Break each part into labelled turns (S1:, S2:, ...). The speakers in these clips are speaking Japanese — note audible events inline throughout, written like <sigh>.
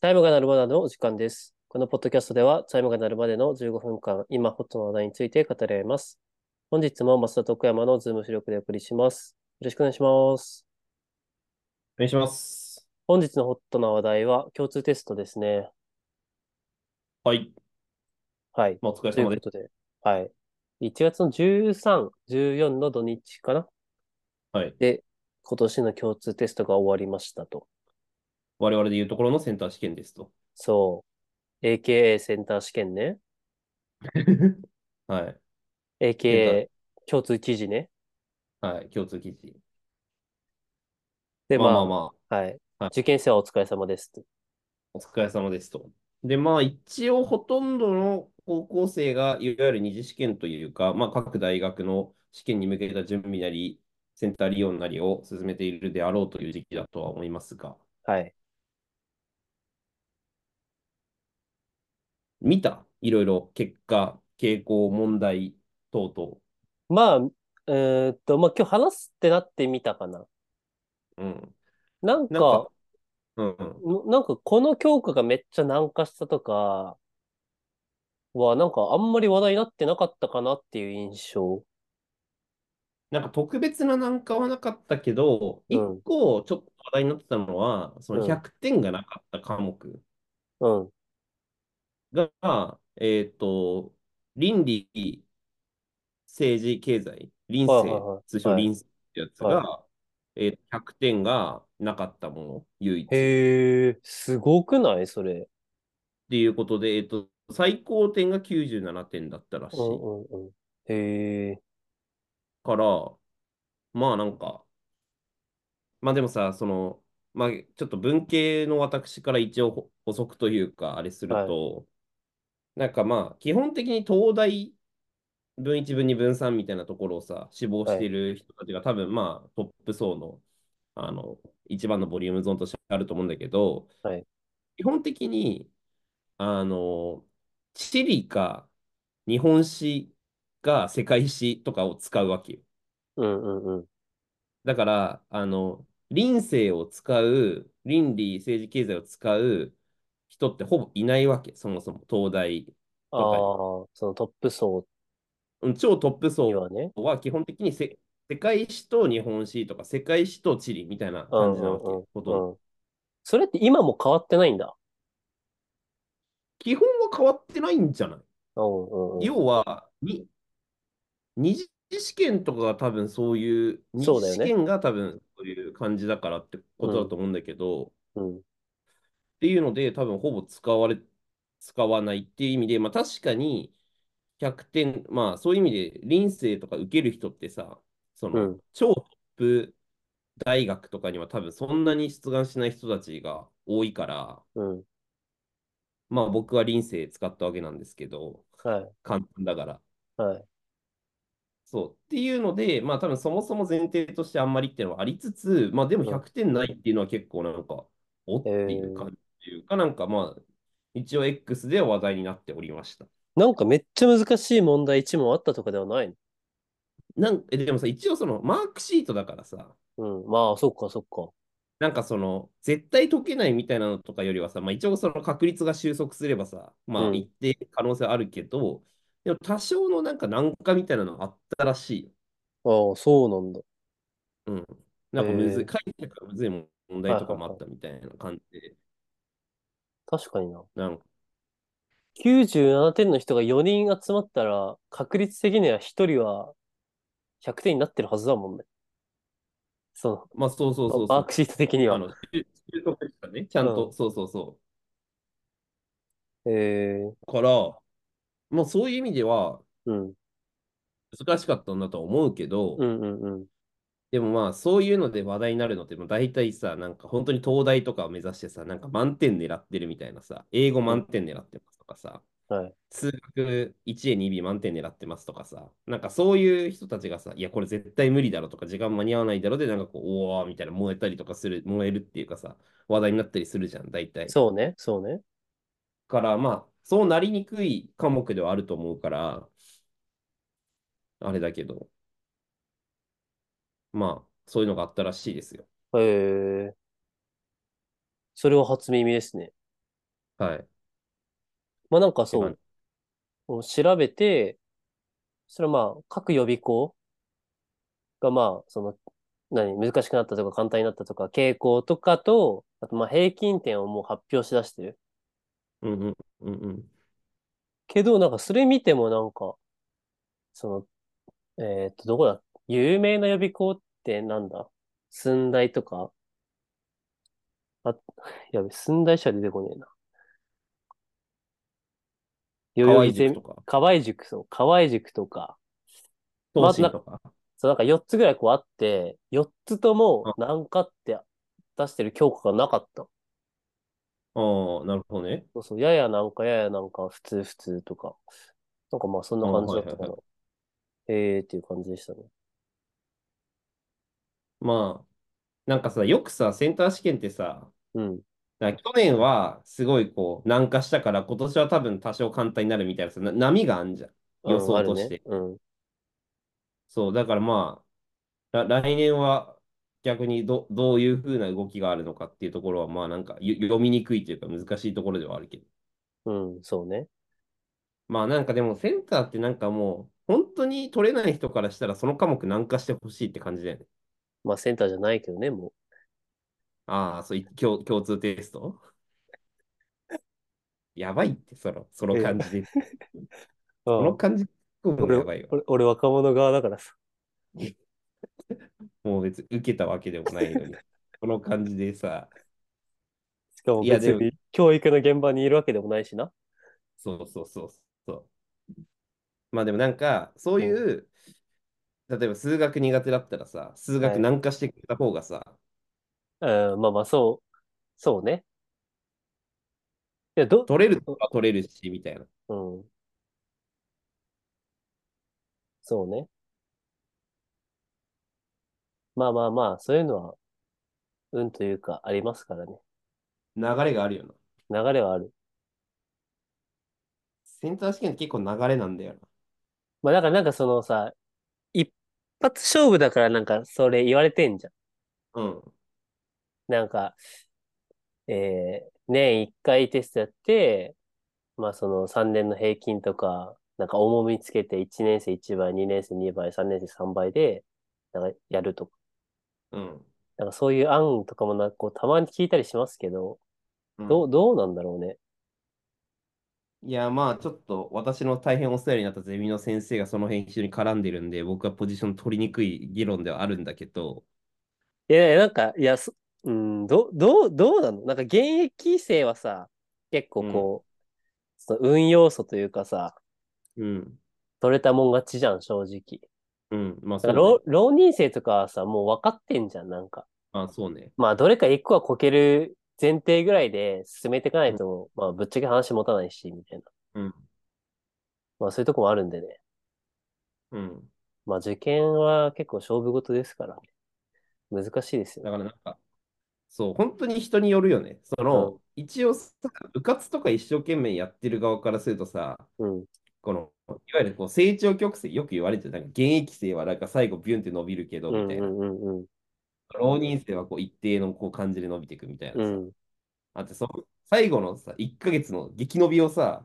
S1: タイムが鳴るまでのお時間です。このポッドキャストでは、タイムが鳴るまでの15分間、今ホットな話題について語り合います。本日も増田徳山のズーム主力でお送りします。よろしくお願いします。
S2: お願いします。
S1: 本日のホットな話題は共通テストですね。
S2: はい。
S1: はい。
S2: まあ、お疲れ
S1: という
S2: 様
S1: こ
S2: です。
S1: とで、はい。1月の13、14の土日かな
S2: はい。
S1: で、今年の共通テストが終わりましたと。
S2: 我々で言うところのセンター試験です <laughs> と。
S1: そう。AKA センター試験ね。
S2: はい。
S1: AKA 共通記事ね。
S2: はい。共通記事。
S1: で、
S2: まあ
S1: ま
S2: ま
S1: あ
S2: あまあ、
S1: はい。
S2: はい
S1: 受験生はお疲れ様ですと。
S2: お疲れ様ですと。で、まあ、一応、ほとんどの高校生が、いわゆる二次試験というか、まあ、各大学の試験に向けた準備なり、センター利用なりを進めているであろうという時期だとは思いますが、
S1: はい。
S2: 見たいろいろ結果、傾向、問題等々。
S1: まあ、えーっと、まあ今日話すってなってみたかな。
S2: うん。
S1: なん
S2: なん
S1: か
S2: か、、うんうん。
S1: んなんかこの教科がめっちゃ難化したとかは、なんかあんまり話題になってなかったかなっていう印象。
S2: なんか特別な難関はなかったけど、
S1: う
S2: 一
S1: ん
S2: 個ちょっと話題になってたのは、その
S1: うん
S2: 100点がなかった科目
S1: うん。
S2: が、えっと、倫理、政治、経済、臨
S1: はい
S2: 生
S1: はいはい、
S2: 通称
S1: はい
S2: 臨生ってやつが、えーと100点がなかったもの、唯一。っ
S1: へえ、すごくないそれ。
S2: ていうことで、えっと、最高点が97点だったらし
S1: う
S2: い。
S1: んうんうん。へえ、
S2: から、まあなんか、まあでもさ、その、まあちょっと文系の私から一応ほ補足というか、あれすると、なんかまあ基本的に東大分1分2分3みたいなところをさ、志望してる人たちが多分まあトップ層の、あの、一番のボリュームゾーンとしてあると思うんだけど、
S1: はい
S2: 基本的に、あの、地理か日本史か世界史とかを使うわけよ。
S1: うんうんうん。
S2: だから、あの、臨生を使う、倫理、政治、経済を使う人ってほぼいないわけ、そもそも、東大。
S1: ああ、そのトップ層
S2: うん超トップ
S1: に
S2: 層
S1: はね。
S2: は基本的にせ世界史と日本史とか、世界史と地理みたいな感じなわけ、
S1: うんうんうん
S2: ほとんど
S1: うん。それって今も変わってないんだ。
S2: 基本は変わってないんじゃない
S1: うんうんうん。
S2: 要は、に、二次試験とかが多分そういう、二
S1: そう
S2: 次
S1: だよ
S2: 試
S1: ね
S2: 験が多分そういう感じだからってことだと思うんだけど、
S1: うん
S2: っていうので、多分ほぼ使われ、使わないっていう意味で、まあ確かに100点、まあそういう意味で、臨生とか受ける人ってさ、そうの
S1: ん。
S2: 超トップ大学とかには多分そんなに出願しない人たちが多いから、
S1: うん。
S2: まあ僕は臨生使ったわけなんですけど、
S1: はい。
S2: 簡単だから。
S1: はい。
S2: そう。っていうので、まあ多分そもそも前提としてあんまりっていうのはありつつ、まあでも
S1: うん
S2: 100点ないっていうのは結構なんか、おっていう感じっていうか、なんかまあ、一応 X では話題になっておりました。
S1: なんかめっちゃ難しい問題一問あったとかではない
S2: なんえでもさ、一応そのマークシートだからさ、
S1: のうん。まあ、そっかそっか。
S2: なんかその、絶対解けないみたいなのとかよりはさ、まあ一応その確率が収束すればさ、
S1: う
S2: まあ
S1: ん
S2: 一定可能性はあるけど、でも多少のなんか難化みたいなのあったらしいよ。
S1: ああ、そうなんだ。
S2: うん。なんかむず
S1: へ
S2: い、
S1: ー
S2: 書いてからむずい問題とかもあったみたいな感じで、
S1: 確かにな。
S2: なんか
S1: 97点の人が4人集まったら、確率的には1人は100点になってるはずだもんね。そ
S2: まあそうそうそう
S1: の、
S2: そ
S1: マ
S2: う。
S1: ークシート的に
S2: あ
S1: は。
S2: の、習習得したね、ちゃんと、
S1: うん
S2: そうそうそ
S1: ええ、
S2: う。から、まあそういう意味では
S1: うん。
S2: 難しかったんだとは思うけど、
S1: うんうんうん。
S2: でもまあそういうので話題になるのって、まあ大体さ、なんか本当に東大とかを目指してさ、なんか満点狙ってるみたいなさ、英語満点狙ってますとかさ、
S1: はい。
S2: 数学 1A、2B 満点狙ってますとかさ、なんかそういう人たちがさ、いやこれ絶対無理だろとか、時間間に合わないだろで、なんかこう、おーみたいな燃えたりとかする、燃えるっていうかさ、話題になったりするじゃん、大体。
S1: そうね、そうね。
S2: から、まあ、そうなりにくい科目ではあると思うから、あれだけど、まあ、そういうのがあったらしいですよ。
S1: ええ、それは初耳ですね。
S2: はい。
S1: まあなんか
S2: 今
S1: そう、を調べて、それはまあ、各予備校がまあ、その、何、難しくなったとか簡単になったとか、傾向とかと、あとまあ平均点をもう発表しだしてる。
S2: うんうんうんうん。
S1: けど、なんかそれ見てもなんか、その、えーっと、どこだ有名な予備校ってなんだ駿大とかあ、やべ、駿大しか出てこねえな。代
S2: 河
S1: 々
S2: 合
S1: 木ゼ
S2: 塾
S1: ミ
S2: とか、
S1: 河合塾、そう、河合塾とか、
S2: 東進とか。
S1: そう、なんか4つぐらいこうあって、4つともなんかって出してる教科がなかった。
S2: ああ、なるほどね。
S1: そうそう、ややなんか、ややなんか、普通普通とか。なんかまあ、そんな
S2: あ
S1: 感じだ
S2: は
S1: っ
S2: いは
S1: た
S2: い
S1: か
S2: は
S1: な。
S2: い。
S1: ええーっていう感じでしたね。
S2: まあ、なんかさ、よくさ、センター試験ってさ、
S1: うん。
S2: なんか去年はすごいこう難化したから、今年は多分多少簡単になるみたいなさ、な波があんじゃん。
S1: う
S2: 予
S1: ん、あ
S2: 想
S1: る
S2: とし
S1: ね。
S2: て。
S1: うん。
S2: そう、だからまあ、ら来年は逆にど、どういう風な動きがあるのかっていうところは、まあなんかよ読みにくいというか難しいところではあるけど。
S1: うん、そうね。
S2: まあなんかでもセンターってなんかもう、本当に取れない人からしたらその科目難化してほしいって感じだよね。
S1: まあ、センターじゃないけどね、もう。
S2: ああ、そうい、共、共通テスト <laughs> やばいって、その、その
S1: うん
S2: 感じで。
S1: う
S2: そ
S1: ん
S2: の感じで突っ込むの
S1: 俺、
S2: やばいよ。
S1: 俺、俺若者側だからさ。
S2: もう別に受けたわけでもないのに。この感じでさ、
S1: しかも
S2: いや
S1: 別
S2: でも
S1: に教育の現場にいるわけでもないしな。
S2: そうそうそうそう。まあでもなんか、そういう、例えば数学苦手だったらさ、数
S1: は
S2: 学
S1: い。
S2: 難化してくれた方がさ、
S1: うん、まあまあ、そう、そうね。いや、ど、
S2: 取れるとは取れるし、みたいな。
S1: うん、そうね。まあまあまあ、そういうのは、運というか、ありますからね。
S2: 流れがあるよな。
S1: 流れはある。
S2: センター試験って結構流れなんだよな。
S1: まあ、だからなんかそのさ、一発勝負だからなんか、それ言われてんじゃん。
S2: うん。
S1: なんか、えー年1回テストやって、まあその3年の平均とか、なんか重みつけて1年生1倍、2年生2倍、3年生3倍で、なんかやるとか。
S2: うん。
S1: なんかそういう案とかもなんかこうたまに聞いたりしますけど、
S2: う
S1: どう、
S2: ん。
S1: どうなんだろうね。
S2: いや、まあ、ちょっと私の大変お世話になったゼミの先生がその辺一緒に絡んでるんで、僕はポジション取りにくい議論ではあるんだけど、
S1: いや、いやなんか、いや、そ、うん、ど、どう、どうなのなんか現役生はさ、結構
S2: うん。
S1: こう、その運要素というかさ、
S2: うん。
S1: 取れたもん勝ちじゃん、正直。
S2: うん。ま
S1: な
S2: あ、
S1: んか
S2: そう
S1: 浪、
S2: ね。
S1: 浪人生とかはさ、もう分かってんじゃん、なんか。
S2: まあ、そうね。
S1: まあ、どれか一個はこける前提ぐらいで進めていかな
S2: う
S1: い
S2: ん。
S1: と、まあ、ぶっちゃけ話持たないし、みたいな。
S2: うん
S1: まあ、そういうとこもあるんでね。
S2: うん
S1: まあ、受験は結構勝負事ですから、難しいですよ
S2: だからなんか、そう、本当に人によるよね。そ
S1: ね。
S2: の、一応さ、部活とか一生懸命やってる側からするとさ、
S1: うん、うん、
S2: この、いわゆるこう成長曲線、よく言われてる、なんか現役生はなんか最後ビュンって伸びるけど、
S1: う
S2: みた
S1: ん、
S2: いうな。
S1: ん、うん、、
S2: 浪人生はこう一定のこう感じで伸びていくみたいうなん
S1: う
S2: さ。
S1: ん
S2: あって、その最後のさ、1ヶ月の激伸びをさ、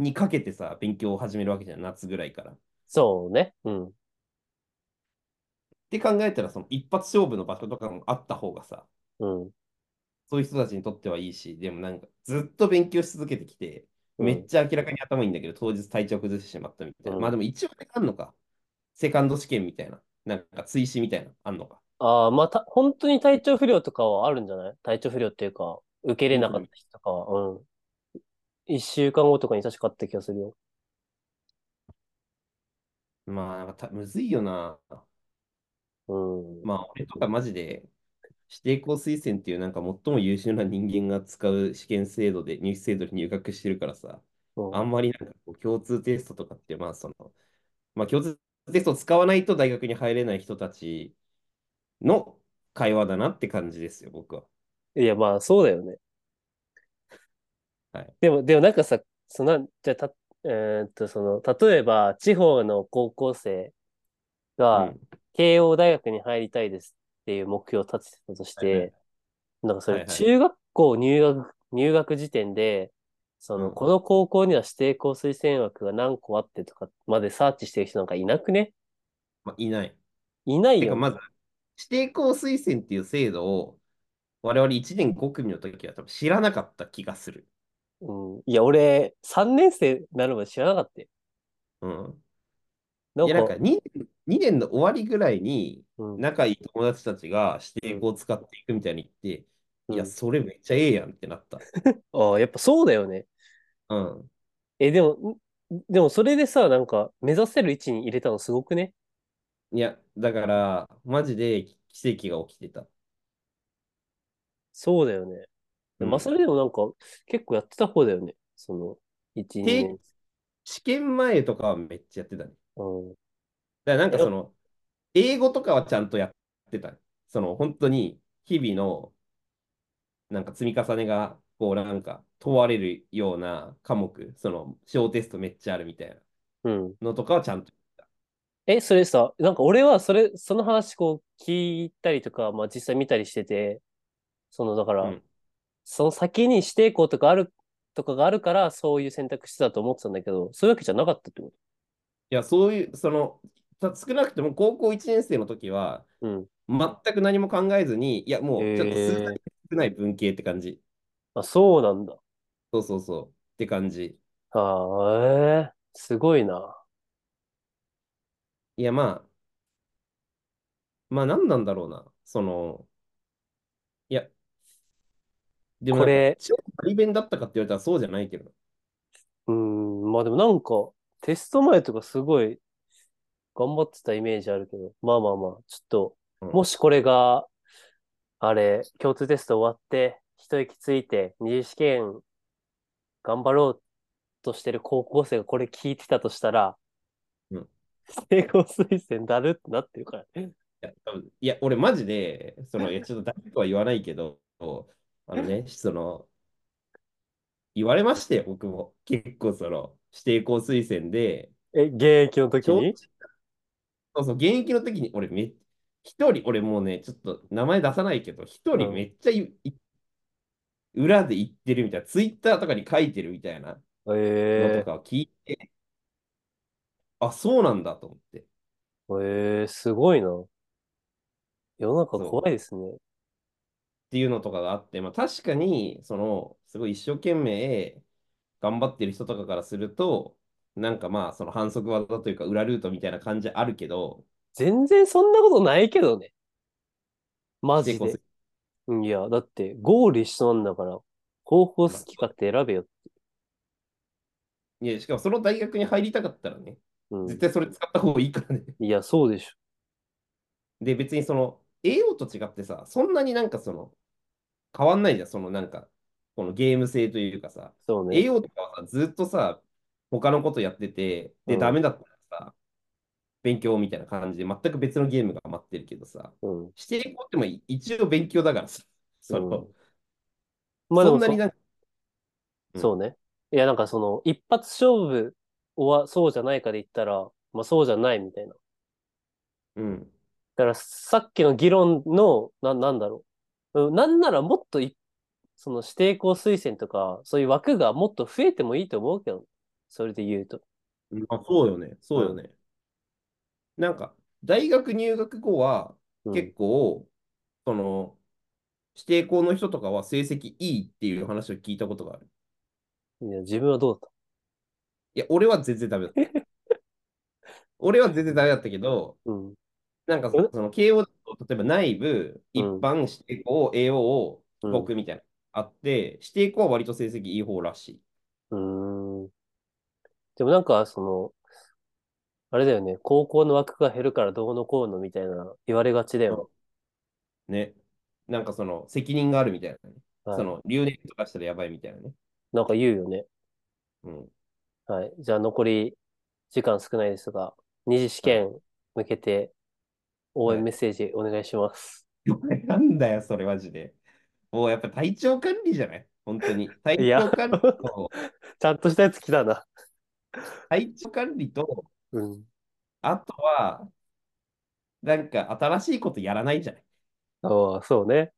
S2: にかけてさ、勉強を始めるわけじゃん、夏ぐらいから。っ
S1: そうね。うん、
S2: て考えたら、その一発勝負の場所とかもあった方がさ、
S1: うん、
S2: そういう人たちにとってはいいし、でもなんかずっと勉強し続けてきて、
S1: う
S2: めっ
S1: ん、
S2: ちゃ明らかに頭いいんだけど、当日体調崩してしまったみた
S1: う
S2: いな。まあ
S1: ん。
S2: でも一応あれあんのか。セカンド試験みたいな。なんか追試みたいな、あんのか。
S1: ああ、まあ、た、本当に体調不良とかはあるんじゃない体調不良っていうか、受けれ
S2: イン
S1: な
S2: フ
S1: かっ
S2: ル
S1: た人とかは、うん。一週間後とかに確かあった気がするよ。
S2: まあ、なんかたむずいよな。
S1: うん。
S2: まあ、俺とかマジで、指定校推薦っていうなんか最も優秀な人間が使う試験制度で、入試制度に入学してるからさ、
S1: う
S2: あ
S1: ん。
S2: んまりなんかこう共通テストとかって、まあその、まあ共通テストを使わないと大学に入れない人たちの会話だなって感じですよ、僕は。
S1: いや、まあ、そうだよね。
S2: はい。
S1: でも、でもなんかさ、その、じゃあた、えーっと、その、例えば、地方の高校生
S2: う
S1: が、
S2: ん。
S1: 慶応大学に入りたいですっていう目標を立ててたとし
S2: はいは
S1: て、
S2: い
S1: なんかそ
S2: は
S1: れ、
S2: いはい。
S1: 中学校入学入学時点で、その、
S2: うん
S1: この高校には指定校推薦枠が何個あってとかまでサーチしてる人なんかいなくね
S2: まあ、いない。
S1: いない
S2: て
S1: よ
S2: か、。まず、指定校推薦っていう制度を、我々1年5組の時は多分知らなかった気がする。
S1: うん、いや、俺、3年生になるまで知らなかったよ。
S2: うん。
S1: ない
S2: や、なんか
S1: か、
S2: 2、2年の終わりぐらいに、
S1: うん、
S2: 仲いい友達たちが指定校を使っていくみたいに言って、
S1: うん
S2: いや、それめっちゃええやんってなった。
S1: ああ、やっぱそうだよね。
S2: うん。
S1: え、でも、んでもそれでさ、なんか、目指せる位置に入れたのすごくね
S2: いや、だから、マジで奇跡が起きてた。
S1: そうだよね。
S2: うん
S1: まあ、それでもなんか、結構やってた方だよね。その、1、2
S2: 定
S1: 年。
S2: 試験前とかはめっちゃやってたね。
S1: うん。
S2: だからなんかその、英語とかはちゃんとやってた。その、本当に日々の、なんか積み重ねが、こう、なんか問われるような科目、その、小テストめっちゃあるみたい
S1: う
S2: な
S1: ん。
S2: のとかはちゃんと。
S1: え、それさ、なんか俺はそれ、その話こう聞いたりとか、まあ実際見たりしてて、そのだから、
S2: うん
S1: その先に指定校とかある、とかがあるから、そういう選択肢だと思ってたんだけど、そういうわけじゃなかったってこ
S2: いや、そういう、その、た少なくとも高校1年生の時は、
S1: とうん。
S2: 全く何も考えずに、いや、もうちょっと数
S1: へー
S2: 学少ない文系って感じ。
S1: あ、そうなんだ。
S2: そうそうそう。って感じ。
S1: ああ、えーすごいな。
S2: いや、まあ、まあ、何なんだろうな。その、いや、でもな
S1: こ
S2: んか
S1: れ
S2: 超大弁だったかって言われたらそうじゃないけど。
S1: うん、まあでもなんか、テスト前とかすごい頑張ってたイメージあるけど、まあまあまあ、ちょっと、
S2: うん
S1: もしこれが、あれ、共通テスト終わって、一息ついて、二次試験頑張ろうとしてる高校生がこれ聞いてたとしたら、
S2: うん
S1: 成功推薦だるってなってるからね。
S2: いや、多分いや俺マジで、その、いや、ちょっと誰とは言わないけど、あのね、その、言われましたよ、僕も。結構、その、指定校推薦で、
S1: え、現役の時に
S2: そうそう、現役の時に俺め、一人、俺もうね、ちょっと名前出さないけど、一人めっちゃい、い裏で言ってるみたいな、ツイッターとかに書いてるみたいなのと
S1: え
S2: かを聞いて、あ、そうなんだと思って。
S1: ー、えー、すごいな。世の中
S2: そう
S1: 怖いですね。
S2: っていうのとかがあって、まあ、確かに、その、すごい一生懸命頑張ってる人とかからすると、なんかまあ、その反則技というか、裏ルートみたいな感じあるけど、
S1: 全然そんなことないけどね。マジ
S2: 結構
S1: で。うんいや、だって、ゴール一緒なんだから、方法好きかって選べよ。
S2: いや、しかもその大学に入りたかったらね、
S1: うん
S2: 絶。対それ使った方がいいから <laughs> ね。
S1: いや、そうでしょ。
S2: で、別にその、英語と違ってさ、そんなになんかその、変わんないじゃん、そのなんか、このゲーム性というかさ、
S1: そうね。
S2: 栄養とかはさ、ずっとさ、他のことやってて、
S1: う
S2: で、
S1: ん
S2: ダメだったらさ、勉強みたいな感じで、全く別のゲームが待ってるけどさ、
S1: うん。
S2: 指定校ってもい一応勉強だからさ、その、
S1: まあで
S2: そ
S1: も
S2: んなに
S1: そ、
S2: なんか、うん
S1: そうね。いや、なんかその、一発勝負はそうじゃないかで言ったら、まあそうじゃないみたいな。だ
S2: うん、
S1: から、さっきの議論の、な、なんだろう。うんなんならもっとい、その指定校推薦とか、そういう枠がもっと増えてもいいと思うけど、それで言うと。
S2: あ、そうよね、そうよね。なんか、大学入学後は、
S1: うん
S2: 結構、その、指定校の人とかは成績いいっていう話を聞いたことがある。
S1: いや、自分はどうだっ
S2: いや、俺は全然ダメだった。
S1: <laughs>
S2: 俺は全然ダメだったけど、
S1: たうん。
S2: なんか
S1: え
S2: その慶応だと、例えば内部、一般指定校、AO を
S1: うん
S2: 僕みたいな、あって、指定校は割と成績いい方らしい。
S1: うーん。でもなんか、その、あれだよね、高校の枠が減るからどうのこうのみたいな言われがちだよ
S2: ね。なんかその責任があるみたいなね。
S1: ね。はい
S2: その留年とかしたらやばいみたいなね。
S1: なんか言うよね。
S2: うん。
S1: はい。じゃあ残り時間少ないですが、二次試験向けて応援メッセージお願いします。
S2: なんだよ、それマジで。もうやっぱ体調管理じゃない本当に。体
S1: いや
S2: 調管理と、
S1: ちゃんとしたやつ来たな。
S2: 体調管理と、
S1: うん。
S2: あとは、なんか新しいことやらないじゃない
S1: ああ、そうね。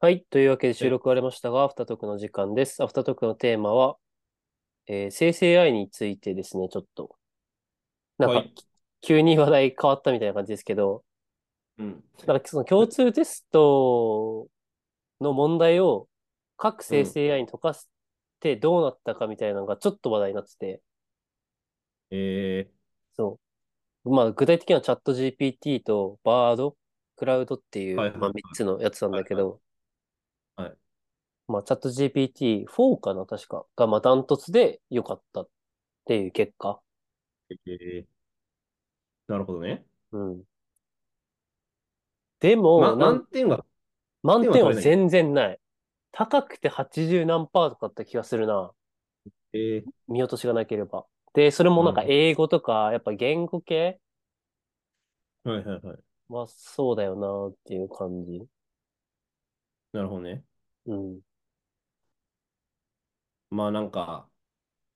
S1: はい。というわけで収録終わりましたが、アフタートークの時間です。アフタートークのテーマは、えー生成 AI についてですね、ちょっと。なんか、
S2: はい
S1: 急に話題変わったみたいな感じですけど、
S2: うん。
S1: なんかその共通テストの問題を各生成 AI に解かせてどうなったかみたいなのがちょっと話題になってて、
S2: え
S1: そう。まあ、具体的にはチャット GPT とバード、クラウドっていう、
S2: はいはい
S1: まあ、3つのやつなんだけど、
S2: はいはい
S1: まあ、チャット GPT4 かな、確か。が、まあ、ダントツで良かったっていう結果。
S2: ー、えー、なるほどね。
S1: うん。でも、
S2: ま、
S1: なん
S2: 満点は、
S1: 満
S2: 点は
S1: 点は
S2: 取れない
S1: 全然ない。高くて80何パーとかだった気がするな。
S2: えー、
S1: 見落としがなければ。で、それもなんか
S2: うん
S1: 英語とか、やっぱ言語系
S2: はいはいはい。
S1: はそうだよなっていう感じ。
S2: なるほどね。
S1: うん。
S2: まあなんか、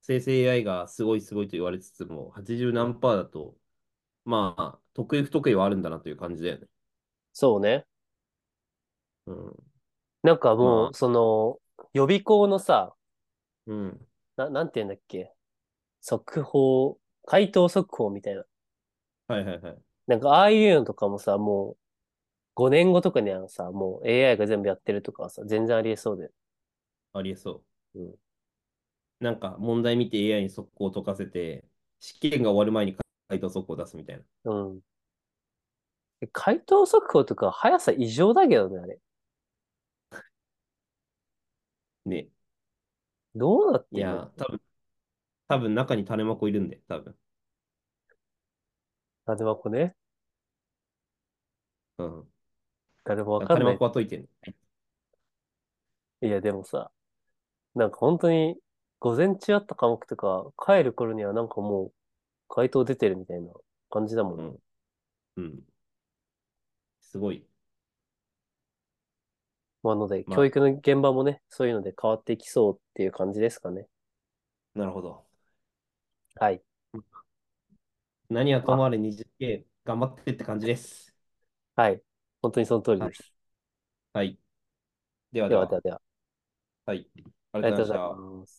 S2: 生成 AI がすごいすごいと言われつつも、80何パーだと、まあ、得意不得意はあるんだなという感じだよね。
S1: そうね。
S2: うん。
S1: なんかも
S2: まあ
S1: う、その、予備校のさ、
S2: うん。
S1: な、なんて言うんだっけ。速報、回答速報みたいな。
S2: はいはいはい。
S1: なんかああいうのとかもさ、もう、5年後とかにはさ、もう AI が全部やってるとかはさ、全然ありえそうだよ。
S2: ありえそう。
S1: うん
S2: なんか、問題見て AI に速攻を解かせて、試験が終わる前に回答速攻を出すみたいな。
S1: うん。で回答速報とか速さ異常だけどね、あれ。
S2: ね。
S1: どうなって
S2: い
S1: んの
S2: や、多分、多分中に種まこいるんで、多分。
S1: 種箱ね。
S2: うん。
S1: 誰もわかん
S2: 種
S1: な
S2: ま
S1: い
S2: こ。は解いてる。
S1: いや、でもさ、なんか本当に、午前中あった科目とか、帰る頃にはなんかもう、回答出てるみたいな感じだもん
S2: う
S1: ね。
S2: ん。うん。すごい。
S1: まあ、なので、
S2: まあ
S1: 教育の現場もね、そういうので変わっていきそうっていう感じですかね。
S2: なるほど。
S1: はい。
S2: 何はともあれ 20K 頑張ってって感じです。
S1: はい。本当にその通りです。
S2: はい。では
S1: で
S2: で
S1: は
S2: は。
S1: ではでは。
S2: はい。あ
S1: あ
S2: り
S1: り
S2: が
S1: が
S2: と
S1: と
S2: う
S1: う
S2: ご
S1: ご
S2: ざ
S1: ざい
S2: いました。
S1: ます。